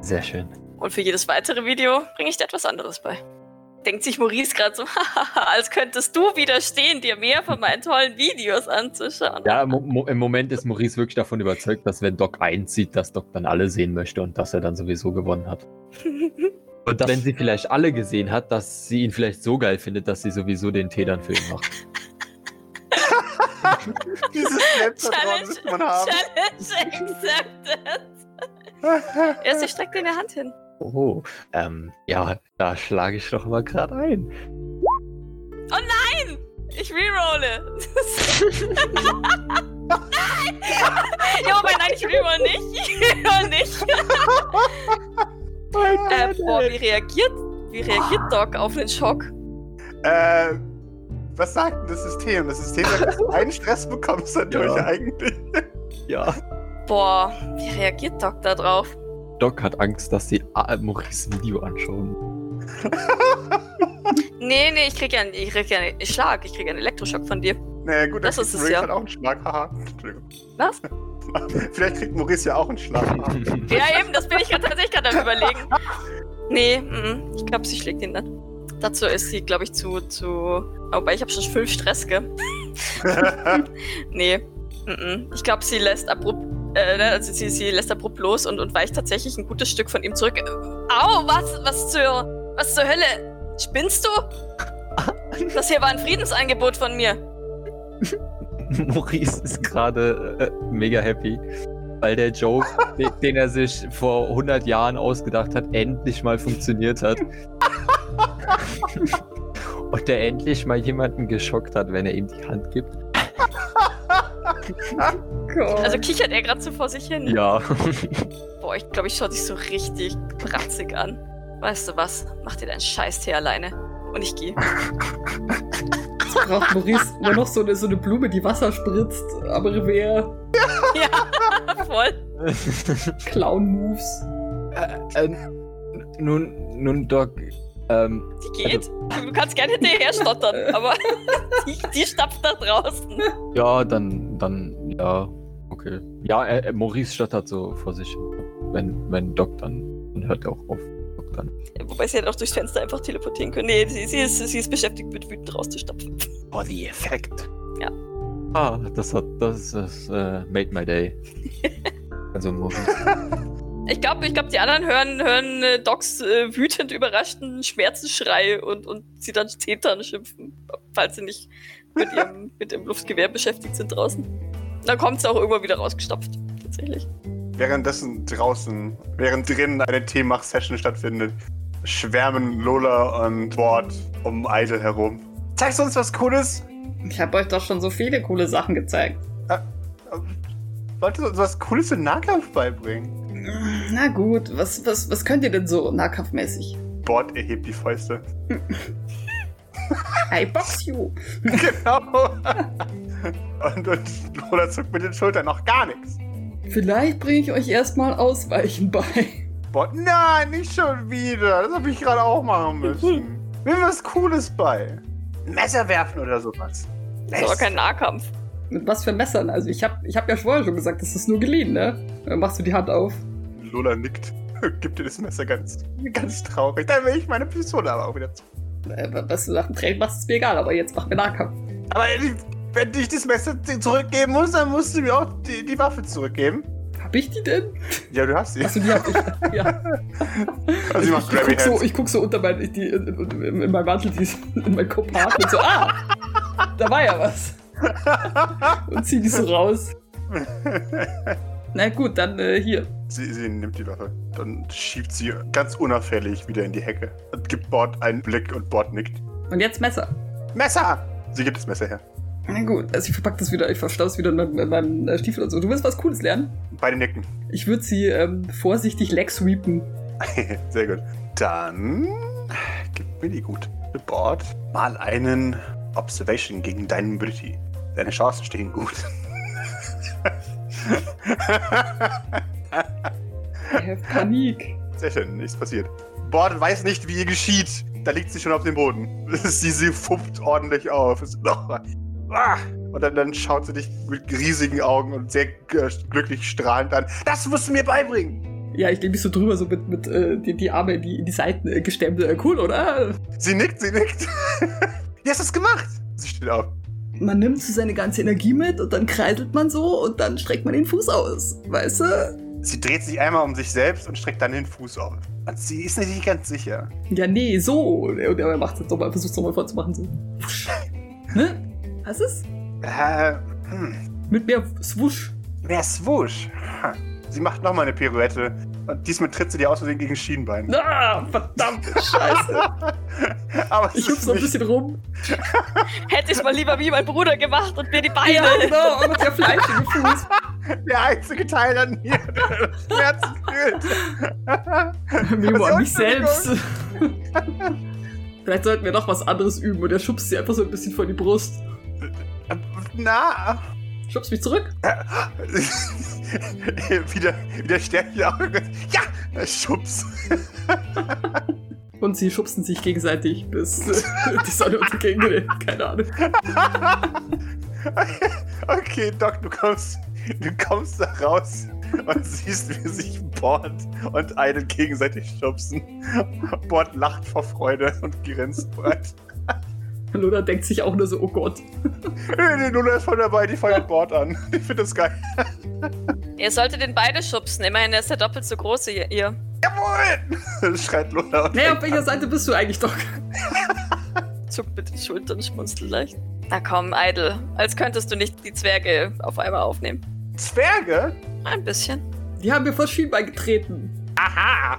Speaker 2: Sehr schön.
Speaker 4: Und für jedes weitere Video bringe ich dir etwas anderes bei. Denkt sich Maurice gerade so, *laughs* hahaha, als könntest du widerstehen, dir mehr von meinen tollen Videos anzuschauen.
Speaker 2: Ja, mo mo im Moment ist Maurice wirklich davon überzeugt, dass wenn Doc einzieht, dass Doc dann alle sehen möchte und dass er dann sowieso gewonnen *laughs* hat. Und dass, wenn sie vielleicht alle gesehen hat, dass sie ihn vielleicht so geil findet, dass sie sowieso den Tee dann für ihn macht.
Speaker 3: Dieses Selbstvertrauen
Speaker 4: Challenge,
Speaker 3: müsste man haben.
Speaker 4: Challenge accepted. Ja, sie streckt dir eine Hand hin.
Speaker 2: *laughs* Oh, ähm, ja, da schlage ich doch mal gerade ein.
Speaker 4: Ich rerolle. *laughs* nein! Jo, aber nein, ich reroll nicht. Ich reroll nicht. *laughs* Äh, boah, wie reagiert, wie reagiert Doc auf den Schock?
Speaker 3: Äh, was sagt denn das System? Das System sagt, dass du einen Stress bekommst dadurch
Speaker 1: Ja.
Speaker 3: eigentlich.
Speaker 1: Ja.
Speaker 4: Boah, wie reagiert Doc da drauf?
Speaker 1: Doc hat Angst, dass sie ah, Maurice Video anschauen.
Speaker 4: Nee, nee, ich krieg ja einen, ich krieg ja einen Schlag. Ich krieg einen Elektroschock von dir.
Speaker 3: Naja, gut,
Speaker 4: Das
Speaker 3: dann
Speaker 4: ist
Speaker 3: kriegt
Speaker 4: es
Speaker 3: Maurice
Speaker 4: ja.
Speaker 3: halt auch einen Schlag. Haha. Entschuldigung.
Speaker 4: Was?
Speaker 3: *laughs* Vielleicht kriegt Maurice ja auch einen Schlag. *laughs* Haha.
Speaker 4: Ja, eben, das bin ich grad tatsächlich gerade am überlegen. Nee, mm, ich glaube, sie schlägt ihn nicht. Dazu ist sie, glaube ich, zu, zu. Wobei ich habe schon fünf Stress, gell? Nee. Mm-mm. Ich glaube, sie lässt abrupt. Äh, ne, also sie, sie lässt abrupt los und, und weicht tatsächlich ein gutes Stück von ihm zurück. Äh, Au, was, was zur. Was zur Hölle? Spinnst du? Das hier war ein Friedensangebot von mir.
Speaker 2: *laughs* Maurice ist gerade äh, mega happy, weil der *laughs* Joke, de- den er sich vor 100 Jahren ausgedacht hat, endlich mal funktioniert *laughs* hat. Und der endlich mal jemanden geschockt hat, wenn er ihm die Hand gibt.
Speaker 5: Gott.
Speaker 4: Also kichert er gerade so vor sich hin.
Speaker 2: Ja.
Speaker 4: Boah, ich glaube, ich schaue dich so richtig bratzig an. Weißt du was? Mach dir deinen Scheiß Tee alleine. Und ich gehe.
Speaker 5: Jetzt braucht Maurice nur noch so eine, so eine Blume, die Wasser spritzt, aber wer
Speaker 4: *laughs* Voll.
Speaker 5: Clown-Moves.
Speaker 2: *laughs* nun, nun, Doc, ähm,
Speaker 4: Die geht. Du kannst gerne hinterher stottern, aber *laughs* die, die stapft nach draußen.
Speaker 2: ja, dann, dann, ja, okay. Ja, äh, äh, Maurice stottert so vor sich. Wenn, wenn Doc dann, dann hört er auch auf. Doc dann.
Speaker 4: Wobei sie hätte auch durchs Fenster einfach teleportieren können. Nee, sie, sie, ist, sie ist beschäftigt mit wütend rauszustapfen.
Speaker 2: For the effect.
Speaker 4: Ja.
Speaker 2: Ah, das hat, das ist, äh, made my day. also Maurice.
Speaker 4: Ich glaube, ich glaub, die anderen hören, hören äh, Docs äh, wütend überraschten Schmerzensschrei und, und sie dann Tetern schimpfen, falls sie nicht mit ihrem, mit ihrem Luftgewehr beschäftigt sind draußen. Dann kommt sie auch irgendwann wieder rausgestapft. Tatsächlich.
Speaker 3: Währenddessen draußen, während drinnen eine Teemach-Session stattfindet, schwärmen Lola und Ward um Idle herum. Zeigst du uns was Cooles?
Speaker 5: Ich habe euch doch schon so viele coole Sachen gezeigt.
Speaker 3: Wolltest du uns was Cooles für Nahkampf beibringen?
Speaker 5: Na gut, was, was, was könnt ihr denn so nahkampfmäßig?
Speaker 3: Ward erhebt die Fäuste.
Speaker 5: I box you.
Speaker 3: genau. und, und Lola zuckt mit den Schultern noch gar nichts.
Speaker 5: Vielleicht bringe ich euch erstmal Ausweichen bei.
Speaker 3: Ward, nein, nicht schon wieder. Das habe ich gerade auch machen müssen. Mir was Cooles bei. Messer werfen oder sowas.
Speaker 4: Das ist aber kein Nahkampf.
Speaker 5: Mit was für Messern? Also ich habe ich hab ja vorher schon gesagt, das ist nur geliehen, ne? Dann machst du die Hand auf.
Speaker 3: Lola nickt, *laughs* gibt dir das Messer ganz, ganz traurig. Dann will ich meine Pistole aber auch wieder zu.
Speaker 5: Äh, Was du nach dem Training machst, ist mir egal, aber jetzt machen wir Nahkampf.
Speaker 3: Aber wenn ich das Messer zurückgeben muss, dann musst du mir auch die, die Waffe zurückgeben.
Speaker 5: Hab ich die denn?
Speaker 3: Ja, du hast sie.
Speaker 5: Achso, die hab ich. *laughs* ja.
Speaker 3: Also, sie macht
Speaker 5: ich, ich,
Speaker 3: Grabby
Speaker 5: guck so,
Speaker 3: Hands.
Speaker 5: ich guck so unter mein, die, in, in, in mein Mantel, die, in mein Kopart und so, ah, da war
Speaker 3: *laughs*
Speaker 5: ja was. Und zieh die so raus. Na gut, dann äh, hier.
Speaker 3: Sie, sie nimmt die Waffe. Dann schiebt sie ganz unauffällig wieder in die Hecke und gibt Bord einen Blick und Bord nickt.
Speaker 5: Und jetzt Messer.
Speaker 3: Messer! Sie gibt das Messer her.
Speaker 5: Na gut, also ich verpack das wieder, ich verstaue es wieder in meinem, in meinem äh, Stiefel und so. Du willst was Cooles lernen?
Speaker 3: Beide nicken. *laughs*
Speaker 5: Ich würde sie ähm, vorsichtig leg sweepen.
Speaker 3: Sehr gut. Dann gib mir die gute Bord mal einen Observation gegen deinen Brity. Deine Chancen stehen gut.
Speaker 5: I have Äh, Panik.
Speaker 3: Sehr schön, nichts passiert. Bord weiß nicht, wie ihr geschieht. Da liegt sie schon auf dem Boden. *laughs* sie, sie fuppt ordentlich auf. Es- Ah! Und dann, dann schaut sie dich mit riesigen Augen und sehr äh, glücklich strahlend an. Das musst du mir beibringen!
Speaker 5: Ja, ich lege mich so drüber, so mit, mit äh, die, die Arme in die, in die Seiten äh, gestemmt. Äh, cool, oder?
Speaker 3: Sie nickt, sie nickt. *laughs* Wie hast du es gemacht? Sie steht auf.
Speaker 5: man nimmt so seine ganze Energie mit und dann kreiselt man so und dann streckt man den Fuß aus, weißt du?
Speaker 3: Sie dreht sich einmal um sich selbst und streckt dann den Fuß auf. Und sie ist nicht ganz sicher.
Speaker 5: Ja, nee, so. Und er und er macht es nochmal, versucht es nochmal vorzumachen. So. ne? Hast es?
Speaker 3: Äh, hm.
Speaker 5: Mit mehr Swoosh.
Speaker 3: Wer swoosh? Ha. Sie macht nochmal eine Pirouette. Und diesmal tritt sie dir aus Versehen gegen das Schienbein.
Speaker 5: Ah, verdammt, scheiße.
Speaker 3: Aber es
Speaker 5: Ich hüpf
Speaker 3: ist
Speaker 5: so ein
Speaker 3: nicht-
Speaker 5: bisschen rum.
Speaker 4: Hätte ich mal lieber wie mein Bruder gemacht und mir die Beine.
Speaker 5: Ja, genau, und der fleischige Fuß. *laughs*
Speaker 3: Der einzige Teil an mir, der Schmerzen fühlt.
Speaker 5: Memo an mich
Speaker 3: Entschuldigung.
Speaker 5: selbst. Vielleicht sollten wir noch was anderes üben und er schubst sie einfach so ein bisschen vor die Brust.
Speaker 3: Na. *laughs*
Speaker 5: Schubst mich zurück.
Speaker 3: wieder, wieder stärkere Augen. Ja, Schubs. *laughs*
Speaker 5: Und sie schubsen sich gegenseitig, bis *laughs* äh, die Sonne unterging. Keine Ahnung.
Speaker 3: Okay, Doc, du kommst, du kommst da raus und siehst, wie sich Bord und einen gegenseitig schubsen. Bord lacht vor Freude und grinst breit.
Speaker 5: Lola denkt sich auch nur so, oh Gott.
Speaker 3: Hey, die Luna ist voll dabei, die feuert Bord an. Ich finde das geil.
Speaker 4: Ihr solltet den beide schubsen. Immerhin ist er doppelt so groß wie ihr.
Speaker 3: Jawohl! *laughs* Schreit Luna. und
Speaker 5: Naja, auf welcher Seite bist du eigentlich doch?
Speaker 4: Zuckt mit den Schultern, schmunzelt leicht. Na komm, Idle. Als könntest du nicht die Zwerge auf einmal aufnehmen.
Speaker 3: Zwerge?
Speaker 4: Ein bisschen.
Speaker 5: Die haben mir vor Schienbein getreten.
Speaker 3: Aha!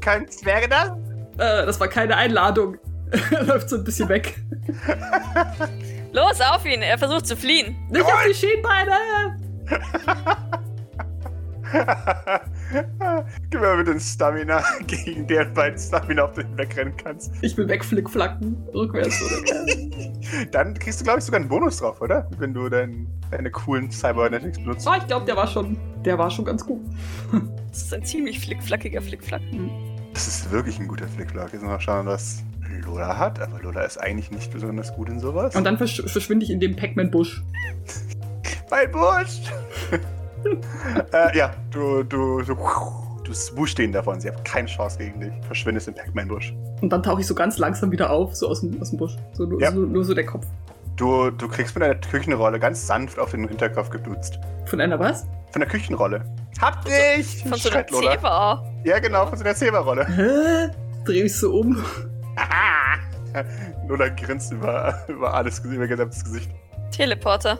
Speaker 3: Können Zwerge das?
Speaker 5: Äh, das war keine Einladung. *laughs* Er läuft so ein bisschen weg.
Speaker 4: Los, auf ihn! Er versucht zu fliehen.
Speaker 5: Nicht auf die Schienbeine!
Speaker 3: Gib mir bitte den Stamina, *laughs* gegen deren beiden Stamina, auf den du wegrennen kannst.
Speaker 5: Ich will wegflickflacken. Rückwärts, oder?
Speaker 3: Dann kriegst du, glaube ich, sogar einen Bonus drauf, oder? Wenn du dein, deine coolen Cybernetics benutzt.
Speaker 5: Ah, ich glaube, der war schon. Der war schon ganz gut.
Speaker 4: Das ist ein ziemlich flickflackiger Flickflack.
Speaker 3: Das ist wirklich ein guter Flickflack. Jetzt mal schauen, was Lola hat. Aber Lola ist eigentlich nicht besonders gut in sowas.
Speaker 5: Und dann versch verschwinde ich in dem Pac-Man-Busch.
Speaker 3: mein Bursch! *laughs* äh, ja, du, du, du, du swooshst den davon. Sie haben keine Chance gegen dich. Verschwindest im Pac-Man-Busch.
Speaker 5: Und dann tauche ich so ganz langsam wieder auf, so aus dem, aus dem Busch. So, nur,
Speaker 3: Ja.
Speaker 5: so, nur so der Kopf.
Speaker 3: Du, du kriegst mit einer Küchenrolle ganz sanft auf den Hinterkopf geduzt.
Speaker 5: Von einer was?
Speaker 3: Von der Küchenrolle. Also, Hab dich!
Speaker 4: Von so einer
Speaker 3: schreit Lola.
Speaker 4: Zebra.
Speaker 3: Ja, genau, von so einer Zebra-Rolle. *laughs*
Speaker 5: Hä? Dreh ich so um.
Speaker 3: Aha! Lola grinst über, *laughs* über alles, über ihr gesamtes Gesicht. *laughs*
Speaker 4: Teleporter.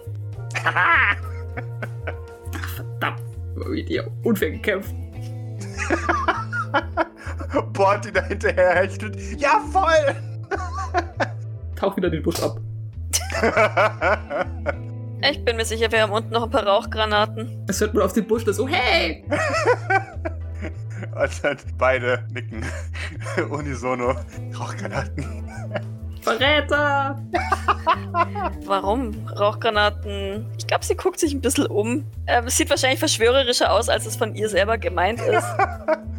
Speaker 3: Haha!
Speaker 5: Da. Mit ihr unfair gekämpft.
Speaker 3: Bohrt die da hinterher hechtet. Jawoll!
Speaker 5: Tauch wieder den Busch ab.
Speaker 4: Ich bin mir sicher, wir haben unten noch ein paar Rauchgranaten.
Speaker 5: Es hört man auf den Busch, das so, hey!
Speaker 3: *laughs* Und dann beide nicken. *laughs* Unisono. Rauchgranaten.
Speaker 5: Verräter!
Speaker 4: Warum? Rauchgranaten. Ich glaube, sie guckt sich ein bisschen um. Ähm, es sieht wahrscheinlich verschwörerischer aus, als es von ihr selber gemeint ist.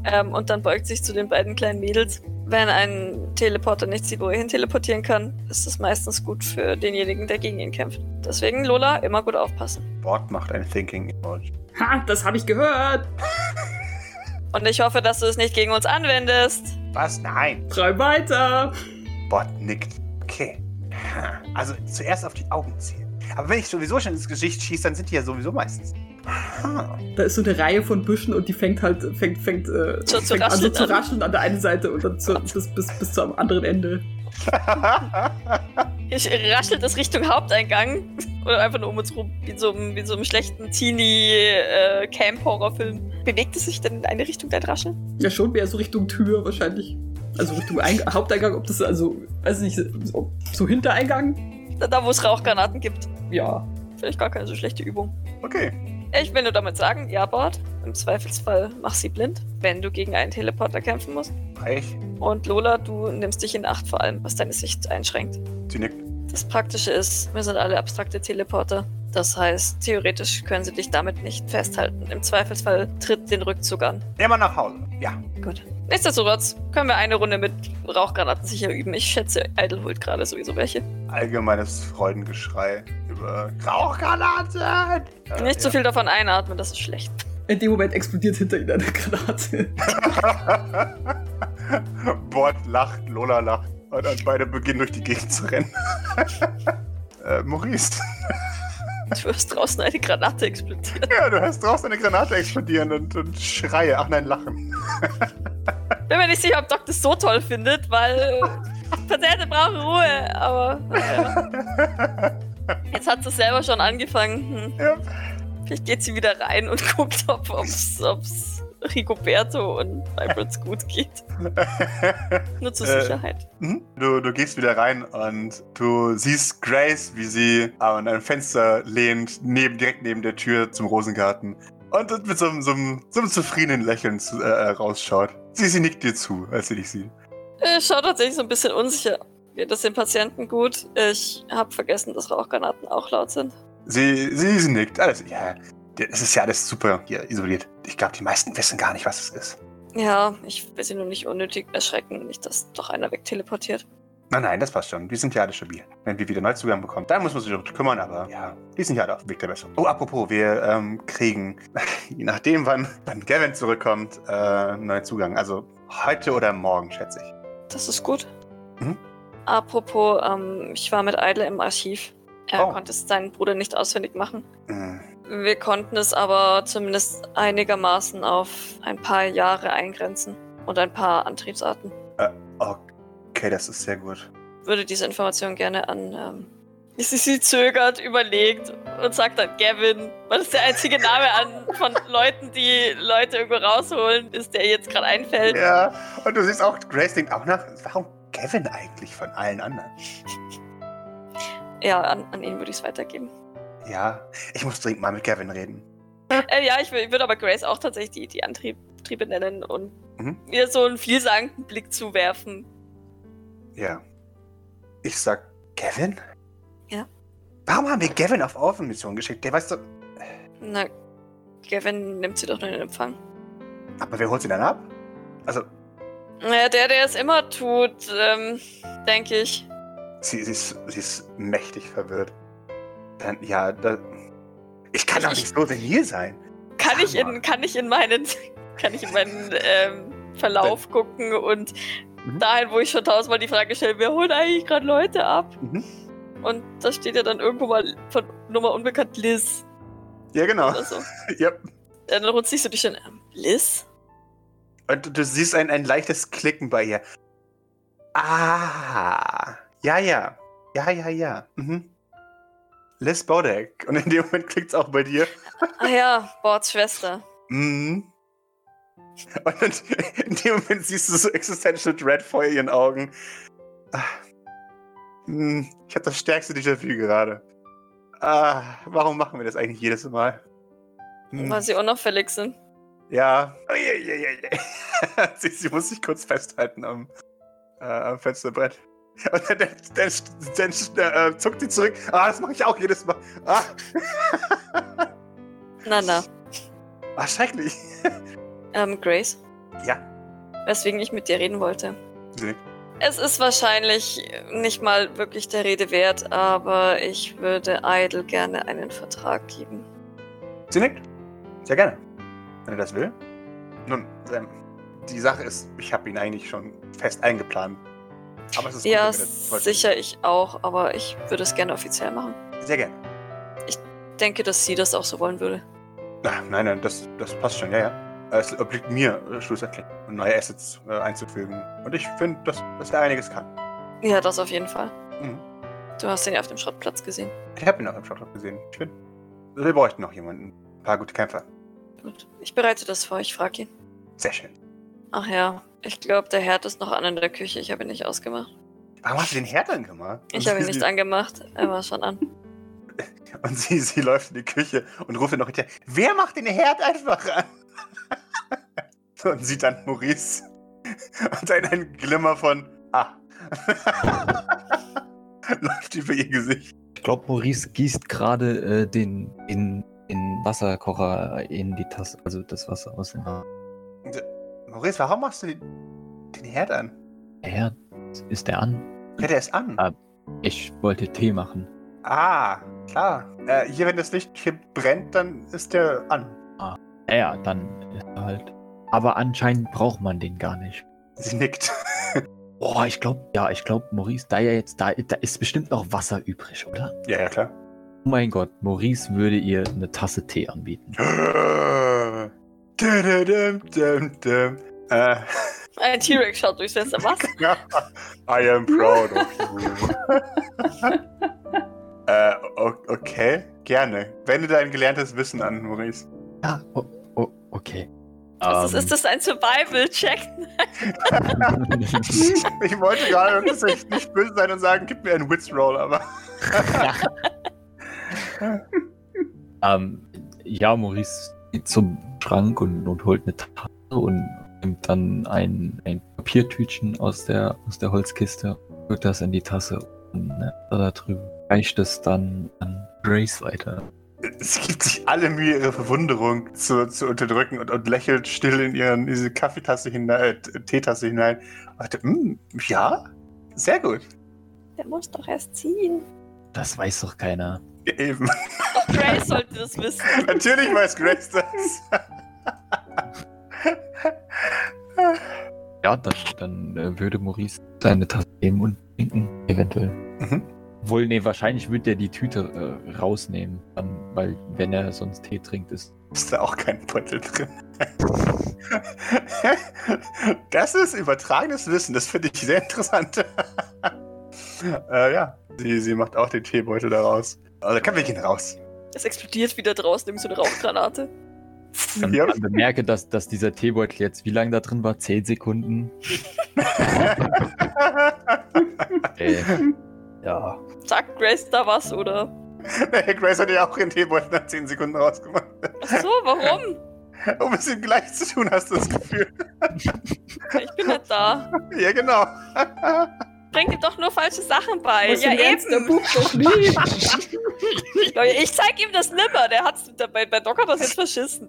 Speaker 4: ähm, und dann beugt sich zu den beiden kleinen Mädels. Wenn ein Teleporter nicht sieht, wo er hin teleportieren kann, ist das meistens gut für denjenigen, der gegen ihn kämpft. Deswegen, Lola, immer gut aufpassen.
Speaker 3: Bord macht ein Thinking Emoji.
Speaker 5: Ha, das habe ich gehört!
Speaker 4: Und ich hoffe, dass du es nicht gegen uns anwendest.
Speaker 3: Was? Nein.
Speaker 5: Treib weiter!
Speaker 3: Bord nickt. Okay. Ha. Also zuerst auf die Augen zielen. Aber wenn ich sowieso schon ins Gesicht schieße, dann sind die ja sowieso meistens. *laughs* Ha.
Speaker 5: Da ist so eine Reihe von Büschen und die fängt halt, fängt, fängt, äh,
Speaker 4: Zu- zu
Speaker 5: fängt an, so
Speaker 4: rascheln
Speaker 5: zu
Speaker 4: an.
Speaker 5: rascheln an der einen Seite und dann zu, bis, bis, bis zum anderen Ende.
Speaker 4: Ich raschelt es Richtung Haupteingang. *laughs* Oder einfach nur um uns rum, wie in so einem, wie in so einem schlechten Teenie-Camp-Horrorfilm. Bewegt es sich denn in eine Richtung, dein Rascheln?
Speaker 5: Ja, schon mehr so Richtung Tür wahrscheinlich. Also Richtung Eing Haupteingang, ob das also, weiß nicht, ob so Hintereingang?
Speaker 4: Da, da wo es Rauchgranaten gibt.
Speaker 5: Ja.
Speaker 4: Vielleicht gar keine so schlechte Übung.
Speaker 3: Okay.
Speaker 4: Ich will nur damit sagen, ja, Bart, im Zweifelsfall mach sie blind, wenn du gegen einen Teleporter kämpfen musst.
Speaker 3: Reich.
Speaker 4: Und Lola, du nimmst dich in Acht vor allem, was deine Sicht einschränkt.
Speaker 3: Sie nickt.
Speaker 4: Das Praktische ist, wir sind alle abstrakte Teleporter. Das heißt, theoretisch können sie dich damit nicht festhalten. Im Zweifelsfall tritt den Rückzug an.
Speaker 3: Immer nach Hause. Ja.
Speaker 4: Gut. Nichtsdestotrotz können wir eine Runde mit Rauchgranaten sicher üben. Ich schätze, Idle holt gerade sowieso welche.
Speaker 3: Allgemeines Freudengeschrei über Rauchgranaten. Äh,
Speaker 4: nicht zu
Speaker 3: ja.
Speaker 4: so viel davon einatmen, das ist schlecht. *laughs*
Speaker 5: In dem Moment explodiert hinter ihnen eine Granate.
Speaker 4: Äh,
Speaker 3: *laughs* Bord lacht, Lola lacht. Und dann beide beginnen durch die Gegend zu rennen. *laughs* äh, Maurice, *laughs*
Speaker 4: Du wirst draußen eine Granate explodieren.
Speaker 3: ja, du hörst draußen eine Granate explodieren und, und Schreie. Ach nein, Lachen.
Speaker 4: bin mir nicht sicher, ob Doc das so toll findet, weil äh, Patienten brauchen
Speaker 3: *laughs*
Speaker 4: Ruhe, aber naja. jetzt hat sie selber schon angefangen. Hm.
Speaker 3: Ja.
Speaker 4: Vielleicht geht sie wieder rein und guckt, ob ob's, ob's Rigoberto und Vibrants gut
Speaker 3: *laughs*
Speaker 4: geht. Nur zur
Speaker 3: Äh.
Speaker 4: Sicherheit.
Speaker 3: Mhm. Du, du gehst wieder rein und du siehst Grace, wie sie an einem Fenster lehnt, neben, direkt neben der Tür zum Rosengarten. Und das mit so, einem- so, einem- so einem zufriedenen Lächeln zu, äh, rausschaut. Sie, sie nickt dir zu, als sie dich sieht.
Speaker 4: Äh, schaut tatsächlich so ein bisschen unsicher. Geht das den Patienten gut? Ich habe vergessen, dass Rauchgranaten auch laut sind.
Speaker 3: Sie, sie, sie nickt. Alles, ja, es ist ja alles super hier isoliert. Ich glaube, die meisten wissen gar nicht, was es ist.
Speaker 4: Ja, ich will sie nur nicht unnötig erschrecken, nicht, dass doch einer wegteleportiert.
Speaker 3: Nein, nein, das passt schon. Wir sind ja alle stabil. Wenn wir wieder Neuzugang bekommen, dann muss man sich darum kümmern, aber ja, die sind ja alle auf dem Weg der Besserung. Oh, apropos, wir ähm, kriegen, *laughs* je nachdem, wann, wann Gavin zurückkommt, äh, einen neuen Zugang. Also heute oder morgen, schätze ich.
Speaker 4: Das ist gut.
Speaker 3: Mhm.
Speaker 4: Apropos, ähm, ich war mit Idle im Archiv. Er
Speaker 3: Oh.
Speaker 4: konnte es seinen Bruder nicht ausfindig machen.
Speaker 3: Mhm.
Speaker 4: Wir konnten es aber zumindest einigermaßen auf ein paar Jahre eingrenzen und ein paar Antriebsarten.
Speaker 3: Okay, das ist sehr gut.
Speaker 4: Würde diese Information gerne an ähm, Sie, sie zögert, überlegt und sagt dann Gavin. Weil das ist der einzige Name an, von Leuten, die Leute irgendwo rausholen, ist der ihr jetzt gerade einfällt.
Speaker 3: Ja, und du siehst auch, Grace denkt auch nach, warum Gavin eigentlich von allen anderen?
Speaker 4: Ja, an, an ihn würde ich es weitergeben.
Speaker 3: Ja, ich muss dringend mal mit Gavin reden.
Speaker 4: Äh, ja, ich wür- ich würde aber Grace auch tatsächlich die, die Antrieb, Antriebe nennen und
Speaker 3: Mhm.
Speaker 4: ihr so einen vielsagenden Blick zuwerfen.
Speaker 3: Ja. Ich sag, Gavin?
Speaker 4: Ja.
Speaker 3: Warum haben wir Gavin auf Außenmission geschickt? Der weiß doch,
Speaker 4: Na, Gavin nimmt sie doch nur in Empfang.
Speaker 3: aber wer holt sie dann ab? Also,
Speaker 4: Naja, der, der es immer tut, ähm, denke ich.
Speaker 3: sie, sie, ist, sie ist mächtig verwirrt. Dann, ja, da, ich kann doch
Speaker 4: Ich-
Speaker 3: nicht so senil sein.
Speaker 4: Kann ich
Speaker 3: Hammer.
Speaker 4: in, kann ich in meinen, *laughs* kann ich in meinen ähm, Verlauf gucken und
Speaker 3: Mhm.
Speaker 4: dahin, wo ich schon tausendmal die Frage stelle, wer holt eigentlich gerade Leute ab?
Speaker 3: Mhm.
Speaker 4: Und da steht ja dann irgendwo mal von Nummer unbekannt Liz
Speaker 3: Ja, genau. *laughs*
Speaker 4: oder so.
Speaker 3: Ja.
Speaker 4: Dann runzelt sich so die Stirn. ähm, Liz?
Speaker 3: Und du- du siehst ein, ein leichtes Klicken bei ihr. Ah, ja, ja. Ja, ja, ja. Mhm. Liz Bodek. Und in dem Moment klickt's auch bei dir.
Speaker 4: Ah ja, Bords Schwester.
Speaker 3: Mhm. Und dann, in dem Moment siehst du so Existential Dread vor ihren Augen. Ah. Hm, Ich habe das stärkste Déjà-vu gerade. Ah, warum machen wir das eigentlich jedes Mal? Hm,
Speaker 4: Weil sie unauffällig sind.
Speaker 3: Ja. Uiuiuiui. *laughs* sie, sie muss sich kurz festhalten am, äh, am Fensterbrett. Und dann, dann, dann, dann äh, zuckt sie zurück. Ah, das mache ich auch jedes Mal. Ah,
Speaker 4: Na, na.
Speaker 3: ah schrecklich.
Speaker 4: Ähm, Grace?
Speaker 3: Ja.
Speaker 4: Weswegen ich mit dir reden wollte.
Speaker 3: Sie nickt.
Speaker 4: Es ist wahrscheinlich nicht mal wirklich der Rede wert, aber ich würde Idle gerne einen Vertrag geben.
Speaker 3: Sie nickt. Sehr gerne. Wenn er das will. Nun, ähm, die Sache ist, ich habe ihn eigentlich schon fest eingeplant. Aber es ist gut,
Speaker 4: ja,
Speaker 3: wenn wir das heute-
Speaker 4: sicher, ich auch, aber ich würde es gerne offiziell machen.
Speaker 3: Sehr gerne.
Speaker 4: Ich denke, dass sie das auch so wollen würde.
Speaker 3: Ah, nein, nein, das, das passt schon, ja, ja. Es obliegt mir, äh, schlussendlich, neue Assets äh, einzufügen. Und ich finde, dass, dass er einiges kann.
Speaker 4: Ja, das auf jeden Fall.
Speaker 3: Mhm.
Speaker 4: Du hast ihn ja auf dem Schrottplatz gesehen.
Speaker 3: Ich habe ihn auch im Shotlock gesehen. Ich finde, wir bräuchten noch jemanden. Ein paar gute Kämpfer.
Speaker 4: Gut. Ich bereite das vor, ich frage ihn.
Speaker 3: Sehr schön.
Speaker 4: Ach ja, ich glaube, der Herd ist noch an in der Küche. Ich habe ihn nicht ausgemacht.
Speaker 3: Warum hast du den Herd angemacht?
Speaker 4: Ich habe ihn nicht
Speaker 3: angemacht.
Speaker 4: angemacht. Er war schon an.
Speaker 3: Und sie, sie läuft in die Küche und ruft dann noch hinterher, wer macht den Herd einfach an? *laughs* So, und sieht dann Maurice und dann ein Glimmer von, ah, *laughs* läuft über ihr Gesicht.
Speaker 2: Ich glaube, Maurice gießt gerade äh, den, den, den Wasserkocher in die Tasse, also das Wasser aus dem
Speaker 3: äh, Maurice, warum machst du den, den Herd an?
Speaker 2: Herd. Ist der an?
Speaker 3: Ja, der ist an.
Speaker 2: Ah. Ich wollte Tee machen.
Speaker 3: Ah, klar. Äh, hier, wenn das Licht hier brennt, dann ist der an.
Speaker 2: Ja, Ja, dann ist er halt. Aber anscheinend braucht man den gar nicht.
Speaker 3: Sie nickt. *laughs*
Speaker 2: Boah, ich glaube, ja, ich glaube, Maurice, da ja jetzt da, da ist bestimmt noch Wasser übrig, oder?
Speaker 3: Ja, ja, klar. *gasps*
Speaker 2: Oh mein Gott, Maurice würde ihr eine Tasse Tee anbieten.
Speaker 3: Dum, dum, dum. Äh,
Speaker 4: Ein T-Rex schaut durchs Fenster. Was?
Speaker 3: Ja, I am proud of you. äh, o- okay, gerne. Wende dein gelerntes Wissen an, Maurice.
Speaker 2: Ja, oh, oh, okay.
Speaker 4: Was ist,
Speaker 2: Ähm,
Speaker 4: ist das ein Survival-Check?
Speaker 3: Ich wollte gerade wirklich nicht böse sein und sagen, gib mir einen Witz-Roll, aber. *laughs*
Speaker 2: Ähm, ja, Maurice geht zum Schrank und, und holt eine Tasse und nimmt dann ein, ein Papiertütchen aus der, aus der Holzkiste, rührt das in die Tasse und ne, da drüben reicht es dann an Grace weiter.
Speaker 3: Es gibt sich alle Mühe, ihre Verwunderung zu, zu unterdrücken und, und lächelt still in ihren, diese Kaffeetasse hinein, äh, Teetasse hinein. Und dachte, "Mm, ja, sehr gut.
Speaker 4: Der muss doch erst ziehen.
Speaker 2: Ähm, Das weiß doch keiner.
Speaker 3: Ja, Eben. *laughs*
Speaker 4: Doch Grace sollte das wissen.
Speaker 3: Natürlich weiß Grace das.
Speaker 2: Ja, dann, dann äh, würde Maurice seine Tasse nehmen und trinken, eventuell.
Speaker 3: Mhm.
Speaker 2: Wohl, nee, wahrscheinlich wird er die Tüte äh, rausnehmen, dann, weil wenn er sonst Tee trinkt, ist.
Speaker 3: Ist da auch kein Beutel drin? *laughs* das ist übertragenes Wissen, das finde ich sehr interessant. *laughs* äh, ja, Sie, sie macht auch den Teebeutel daraus. Also können wir gehen raus.
Speaker 4: Es explodiert wieder draußen, irgend so eine Rauchgranate.
Speaker 1: Dann,
Speaker 3: Ja.
Speaker 1: dann bemerke, dass, dass dieser Teebeutel jetzt wie lange da drin war? Zehn Sekunden? Ey. Ja.
Speaker 4: Sagt Grace da was oder?
Speaker 3: *laughs* Hey, Grace hat ja auch ihren Teebeutel nach 10 Sekunden rausgemacht.
Speaker 4: Ach so, warum?
Speaker 3: Um es ihm gleich zu tun, hast du das Gefühl. *laughs*
Speaker 4: Ich bin nicht da.
Speaker 3: Ja, genau.
Speaker 4: Bringt ihm doch nur falsche Sachen bei.
Speaker 5: Was
Speaker 4: ja,
Speaker 5: im Ernst, der
Speaker 4: eben.
Speaker 5: Bub doch nie.
Speaker 4: *laughs* Leute, ich zeig ihm das nimmer. Der hat's, der, bei, bei Doc hat das jetzt verschissen.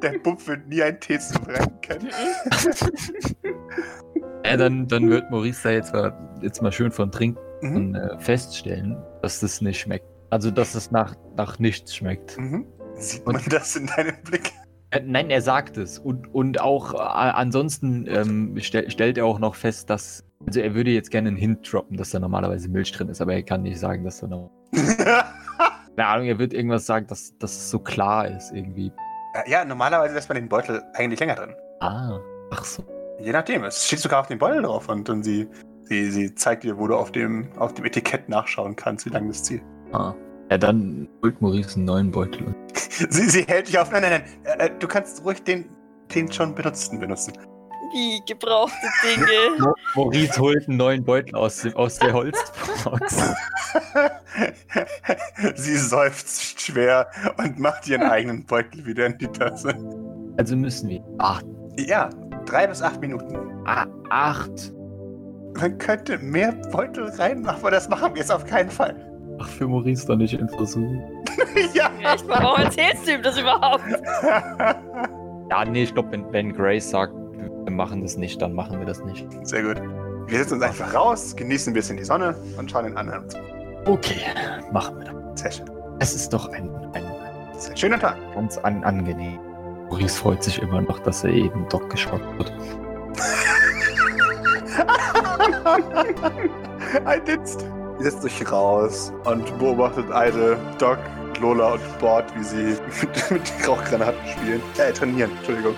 Speaker 3: Der Bub wird nie einen Tee zu brennen können.
Speaker 1: Äh, dann, dann wird Maurice da jetzt mal, jetzt mal schön von trinken
Speaker 3: Mhm.
Speaker 1: äh, feststellen, dass das nicht schmeckt. Also, dass es nach, nach nichts schmeckt.
Speaker 3: Mhm. Sieht man das in deinem Blick? *laughs*
Speaker 1: Äh, nein, er sagt es. Und, und auch äh, ansonsten ähm, stell, stellt er auch noch fest, dass. Also, er würde jetzt gerne einen Hint droppen, dass da normalerweise Milch drin ist, aber er kann nicht sagen, dass da noch.
Speaker 3: Äh,
Speaker 1: Keine Ahnung, er wird irgendwas sagen, dass, dass es so klar ist irgendwie.
Speaker 3: ja, normalerweise lässt man den Beutel eigentlich länger drin.
Speaker 1: Ah, ach so.
Speaker 3: Je nachdem, es steht sogar auf dem Beutel drauf und, und sie, sie, sie zeigt dir, wo du auf dem, auf dem Etikett nachschauen kannst, wie lang das zieht.
Speaker 1: Ah. Ja, dann holt Maurice einen neuen Beutel. und-
Speaker 3: *laughs* Sie, sie hält dich auf. Nein, nein, nein. Äh, äh, du kannst ruhig den, den schon benutzten benutzen. *laughs*
Speaker 4: Wie gebrauchte Dinge.
Speaker 1: Mo- Maurice holt einen neuen Beutel aus, dem- aus der Holzbox.
Speaker 3: sie seufzt schwer und macht ihren eigenen Beutel wieder in die Tasse.
Speaker 1: *laughs* Also müssen wir. Acht.
Speaker 3: Ja, drei bis acht Minuten.
Speaker 1: Ah, acht.
Speaker 3: Man könnte mehr Beutel reinmachen, aber das machen wir jetzt auf keinen Fall. *laughs*
Speaker 1: Ach, für Maurice doch nicht ein Versuch.
Speaker 3: ja.
Speaker 4: Echt mal, warum erzählst du ihm das überhaupt?
Speaker 1: Ja, nee, ich glaube, wenn, wenn Grace sagt, wir machen das nicht, dann machen wir das nicht.
Speaker 3: Sehr gut. Wir setzen uns einfach raus, genießen ein bisschen die Sonne und schauen den anderen zu.
Speaker 1: Okay, machen wir das.
Speaker 3: Sehr schön.
Speaker 1: Es ist doch ein, ein
Speaker 3: Ist ein schöner Tag.
Speaker 1: ganz an, angenehm. Maurice freut sich immer noch, dass er eben Doc geschockt wird.
Speaker 3: Ein Dienst. Ihr setzt euch raus und beobachtet Idle, Doc, Lola und Bord, wie sie *laughs* mit, mit Rauchgranaten spielen. Äh, trainieren, Entschuldigung.